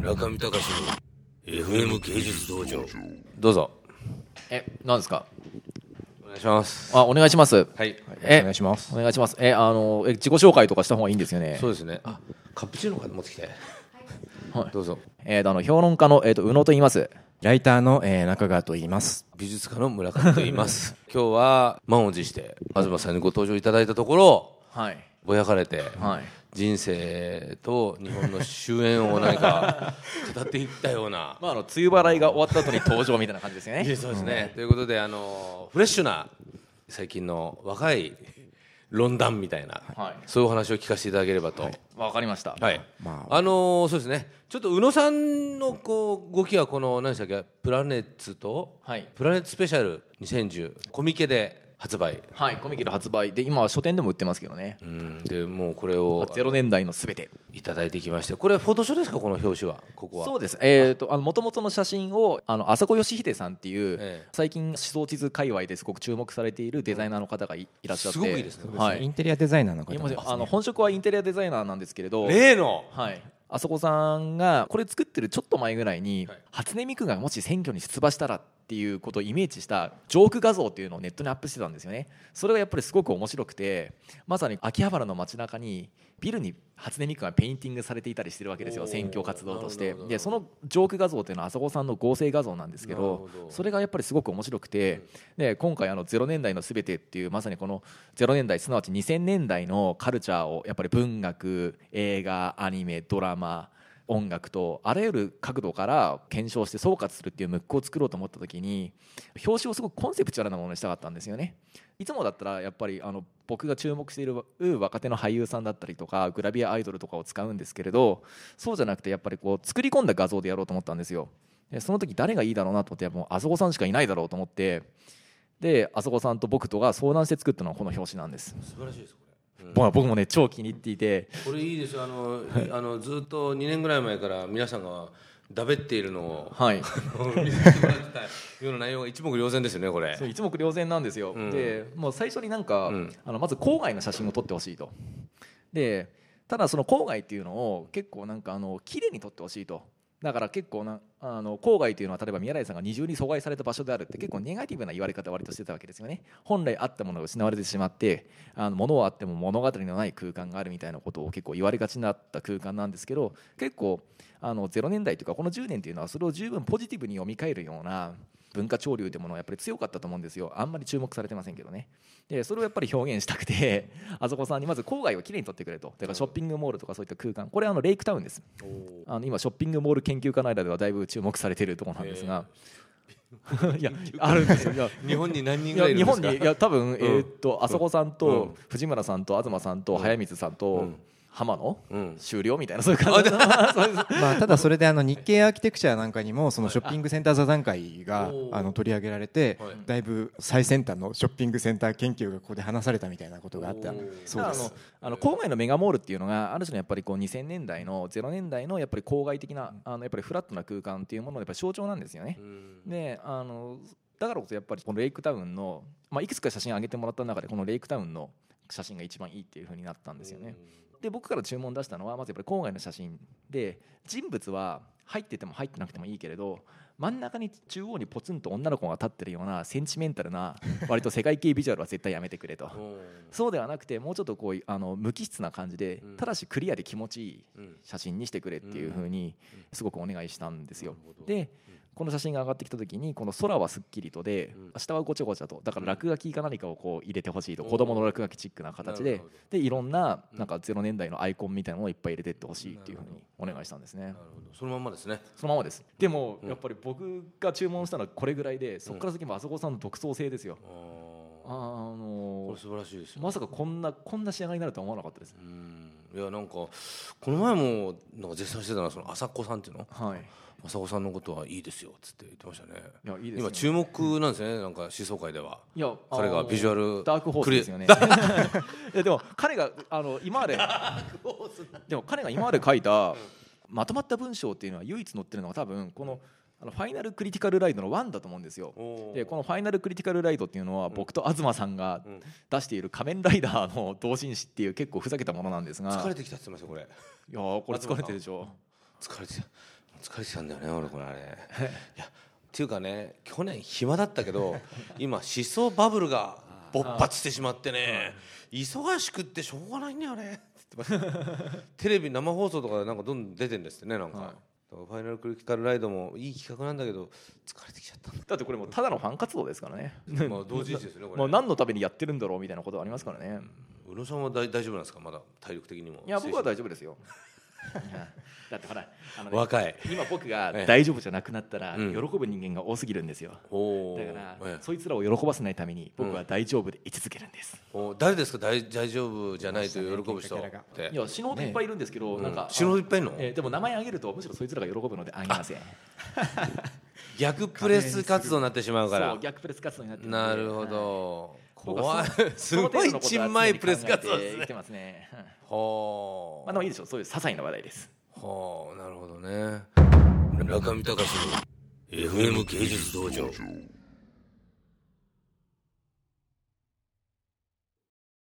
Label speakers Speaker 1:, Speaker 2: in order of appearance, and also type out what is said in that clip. Speaker 1: 中見隆の FM 芸術道場
Speaker 2: どうぞ
Speaker 3: え、なんですか。
Speaker 2: お願いします
Speaker 3: あ、お願いします。
Speaker 2: はい
Speaker 3: え
Speaker 4: お願いします
Speaker 3: お願いします。え、あの、え、自己紹介とかした方がいいんですよね
Speaker 2: そ。うですねあカプチーノから持ってきて
Speaker 3: はい
Speaker 2: どうぞ
Speaker 3: えーと、あの、評論家の、えっ、と、宇野と言います。
Speaker 4: ライターの、えー中川と言います。
Speaker 2: 美術家の村上と言います 今日は満を持して東さんにご登場いただいたところ
Speaker 3: はい。
Speaker 2: ぼやかれて、
Speaker 3: はい
Speaker 2: 人生と日本の終焉を何 か語っていったような
Speaker 3: まあ、あの、梅雨払いが終わった後に登場みたいな感じですよ ね。
Speaker 2: そうですね。ということで、あのフレッシュな最近の若い論談みたいな、
Speaker 3: はい
Speaker 2: そういうお話を聞かせていただければと。はい。
Speaker 3: わかりました。
Speaker 4: ま
Speaker 2: あ、のそうですね。ちょっと宇野さんのこう動きはこの何でしたっけ、プラネッツと、
Speaker 3: はい
Speaker 2: プラネッツスペシャル2010コミケで発売。
Speaker 3: はい、コミケの発売で、今は書店でも売ってますけどね。
Speaker 2: うん。でもうこれを
Speaker 3: ゼロ年代のすべて。
Speaker 2: いただいてきまして、これフォトショーですかこの表紙はここは。
Speaker 3: そうです。えっ、と、あの、元々の写真を、あの、浅子義秀さんっていう、
Speaker 2: ええ
Speaker 3: 最近思想地図界隈ですごく注目されているデザイナーの方がいいらっしゃっ
Speaker 2: す
Speaker 3: て。
Speaker 2: ごくいいですね
Speaker 3: は
Speaker 4: イ
Speaker 3: い。
Speaker 4: ンテリアデザイナーの方
Speaker 3: いや
Speaker 4: で
Speaker 3: も
Speaker 4: す、
Speaker 3: ち
Speaker 4: ね
Speaker 3: ろん。あの本職はインテリアデザイナーなんですけれど、
Speaker 2: 例の。
Speaker 3: はい、あそこさんがこれ作ってるちょっと前ぐらいに、初音ミクがもし選挙に出馬したらっていうことをイメージしたジョーク画像っていうのをネットにアップしてたんですよねそれがやっぱりすごく面白くてまさに秋葉原の街中にビルに初音ミクがペインティングされていたりしてるわけですよ
Speaker 2: おー
Speaker 3: 選挙活動とし
Speaker 2: な
Speaker 3: て
Speaker 2: るほど
Speaker 3: でそのジョーク画像っていうのはあそこさんの合成画像なんですけど
Speaker 2: なるほど
Speaker 3: それがやっぱりすごく面白くてで今回あの「0年代のすべて」っていうまさにこの0年代すなわち2000年代のカルチャーをやっぱり文学映画アニメドラマ音楽とあらゆる角度から検証して総括するっていうムックを作ろうと思った時に表紙をすごくコンセプチュアルなものにしたかったんですよね。いつもだったらやっぱりあの僕が注目している若手の俳優さんだったりとかグラビアアイドルとかを使うんですけれどそうじゃなくてやっぱりこう作り込んだ画像でやろうと思ったんですよ。でその時誰がいいだろうなと思ってもうあそこさんしかいないだろうと思ってであそこさんと僕とが相談して作ったのがこの表紙なんです、
Speaker 2: 素晴らしいですこれ。
Speaker 3: 僕は僕もね超気に入っていて
Speaker 2: これいい ですよあのあのずっと2年ぐらい前から皆さんがだべっているのを
Speaker 3: はい
Speaker 2: 見せてもらってたような内容が一目瞭然ですよねこれ
Speaker 3: そう一目瞭然なんですよ、
Speaker 2: うん
Speaker 3: でもう最初になんか、
Speaker 2: うん
Speaker 3: あのまず郊外の写真を撮ってほしいとでただその郊外っていうのを結構なんかあの綺麗に撮ってほしいとだから結構なあの郊外というのは例えば宮台さんが二重に阻害された場所であるって結構ネガティブな言われ方を割としてたわけですよね本来あったものが失われてしまってあの物はあっても物語のない空間があるみたいなことを結構言われがちになった空間なんですけど結構あの0年代というかこの10年というのはそれを十分ポジティブに読み替えるような文化潮流というものはやっぱり強かったと思うんですよあんまり注目されてませんけどねでそれをやっぱり表現したくて あそこさんにまず郊外をきれいに撮ってくれとだからショッピングモールとかそういった空間これあのレイクタウンですあの今ショッピングモール研究家の間ではだいぶ注目されているところなんですが、 いやあるんですよいや
Speaker 2: 日本に何人
Speaker 3: い
Speaker 2: ぐら
Speaker 3: や
Speaker 2: いいる
Speaker 3: 日
Speaker 2: んです
Speaker 3: 本
Speaker 2: か
Speaker 3: にいや多分、えーっとあそこさん
Speaker 2: う
Speaker 3: と藤村さんと東さんと早水さんと浜野、
Speaker 2: うん
Speaker 3: 終了みたいなそういう 感じのそうです
Speaker 4: まあ、ただそれであの日経アーキテクチャなんかにもそのショッピングセンター座談会が
Speaker 2: おー
Speaker 4: あの取り上げられて
Speaker 2: はい
Speaker 4: だいぶ最先端のショッピングセンター研究がここで話されたみたいなことがあった
Speaker 2: おー
Speaker 4: そう
Speaker 3: あ
Speaker 4: で
Speaker 3: の
Speaker 4: す
Speaker 3: あの郊外のメガモールっていうのがある種のやっぱりこう2000年代の0年代のやっぱり郊外的なあのやっぱりフラットな空間っていうもののやっぱり象徴なんですよね
Speaker 2: う。ん
Speaker 3: であのだからこそやっぱりこのレイクタウンの、まあ、いくつか写真上げてもらった中でこのレイクタウンの写真が一番いいっていう風になったんですよね。で僕から注文出したのはまずやっぱり郊外の写真で人物は入ってても入ってなくてもいいけれど真ん中に中央にポツンと女の子が立ってるようなセンチメンタルな割と世界系ビジュアルは絶対やめてくれと。
Speaker 2: うん
Speaker 3: そうではなくてもうちょっとこうあの無機質な感じで、
Speaker 2: うん
Speaker 3: ただしクリアで気持ちいい
Speaker 2: うん
Speaker 3: 写真にしてくれっていう風に
Speaker 2: うん
Speaker 3: すごくお願いしたんですよ
Speaker 2: なるほど。
Speaker 3: でこの写真が上がってきた時にこの空はすっきりとで
Speaker 2: うん
Speaker 3: 下はごちゃごちゃとだから落書きか何かをこう入れてほしいと
Speaker 2: おー
Speaker 3: 子供の落書きチックな形
Speaker 2: な
Speaker 3: で
Speaker 2: るほど
Speaker 3: でいろんな
Speaker 2: うん
Speaker 3: なんか0年代のアイコンみたいなのをいっぱい入れてってほしいっていう風にお願いしたんですね
Speaker 2: な。るほどそのまんまですね
Speaker 3: そのままですでも
Speaker 2: うん
Speaker 3: やっぱり僕が注文したのはこれぐらいでそこから先もあそこさんの独創性ですよ。
Speaker 2: あ
Speaker 3: あ
Speaker 2: ー
Speaker 3: のー
Speaker 2: これ素晴らしいですよ
Speaker 3: まさかこんなこんな仕上がりになるとは思わなかったです。
Speaker 2: うんいやなんかこの前もなんか絶賛してたのはその朝子さんっていうの
Speaker 3: はい。
Speaker 2: 朝子さんのことはいいですよっつって言ってましたね
Speaker 3: いやいいですよ
Speaker 2: 今注目なんですねなんか思想界ではい
Speaker 3: や
Speaker 2: 彼がビジュアル
Speaker 3: ダークホースですよね。
Speaker 2: ク
Speaker 3: いやでも彼があの今まででも彼が今まで書いたまとまった文章っていうのは唯一載ってるのが多分このあのファイナルクリティカルライドの1だと思うんですよ。
Speaker 2: おー
Speaker 3: でこのファイナルクリティカルライドっていうのは僕と東さんが
Speaker 2: ん
Speaker 3: 出している仮面ライダーの同人誌っていう結構ふざけたものなんですが。
Speaker 2: 疲れ
Speaker 3: て
Speaker 2: てきたって言ってましたよこれ
Speaker 3: いやーこれ疲れてるでしょ。
Speaker 2: 疲れてきた疲れてたんだよね俺これあれいやっていうかね去年暇だったけ ど今思想バブルが勃発してしまってね忙しくってしょうがないんだよ ねって言ってましたテレビ生放送とかでなんかどんどん出てんですってねなんか、
Speaker 3: はい
Speaker 2: だからファイナルクリティカルライドもいい企画なんだけど疲れてきちゃったんだ
Speaker 3: だってこれもうただのファン活動ですから ね
Speaker 2: まあ同時ですよねこれ
Speaker 3: もう何のためにやってるんだろうみたいなことありますからね
Speaker 2: 宇野さんは大大丈夫なんですかまだ体力的にも
Speaker 3: いや僕は
Speaker 2: 精
Speaker 3: 大丈夫 ですよだってほらあの
Speaker 2: 神若い
Speaker 3: 今僕が
Speaker 2: ええ
Speaker 3: 大丈夫じゃなくなったら
Speaker 2: うん
Speaker 3: 喜ぶ人間が多すぎるんですよ、
Speaker 2: お
Speaker 3: だ
Speaker 2: ー
Speaker 3: から、
Speaker 2: ええ
Speaker 3: そいつらを喜ばせないために僕は大丈夫で居続けるんです、
Speaker 2: お誰ですか大大丈夫じゃないと喜ぶ人っ
Speaker 4: いましたね
Speaker 2: て
Speaker 3: いや死ぬほどいっぱいいるんですけど、なんか
Speaker 2: 死ぬほどいっぱいいるの
Speaker 3: えーでも名前あげるとむしろそいつらが喜ぶのであげません
Speaker 2: 逆プレス活動になってしまうから
Speaker 3: そう逆プレス活動になってるんで
Speaker 2: なるほ
Speaker 3: はい
Speaker 2: ど
Speaker 3: 僕
Speaker 2: 怖
Speaker 3: はいそ
Speaker 2: す
Speaker 3: その
Speaker 2: ご
Speaker 3: 程度
Speaker 2: い
Speaker 3: のことは
Speaker 2: ちんまいプレス活動
Speaker 3: 常に
Speaker 2: です
Speaker 3: 考えて生き
Speaker 2: ね
Speaker 3: てますね、はい
Speaker 2: ほ
Speaker 3: まあ、でもいいでしょうそういう些細な話題です
Speaker 2: うほうなるほどね中見隆の
Speaker 1: FM 芸術道場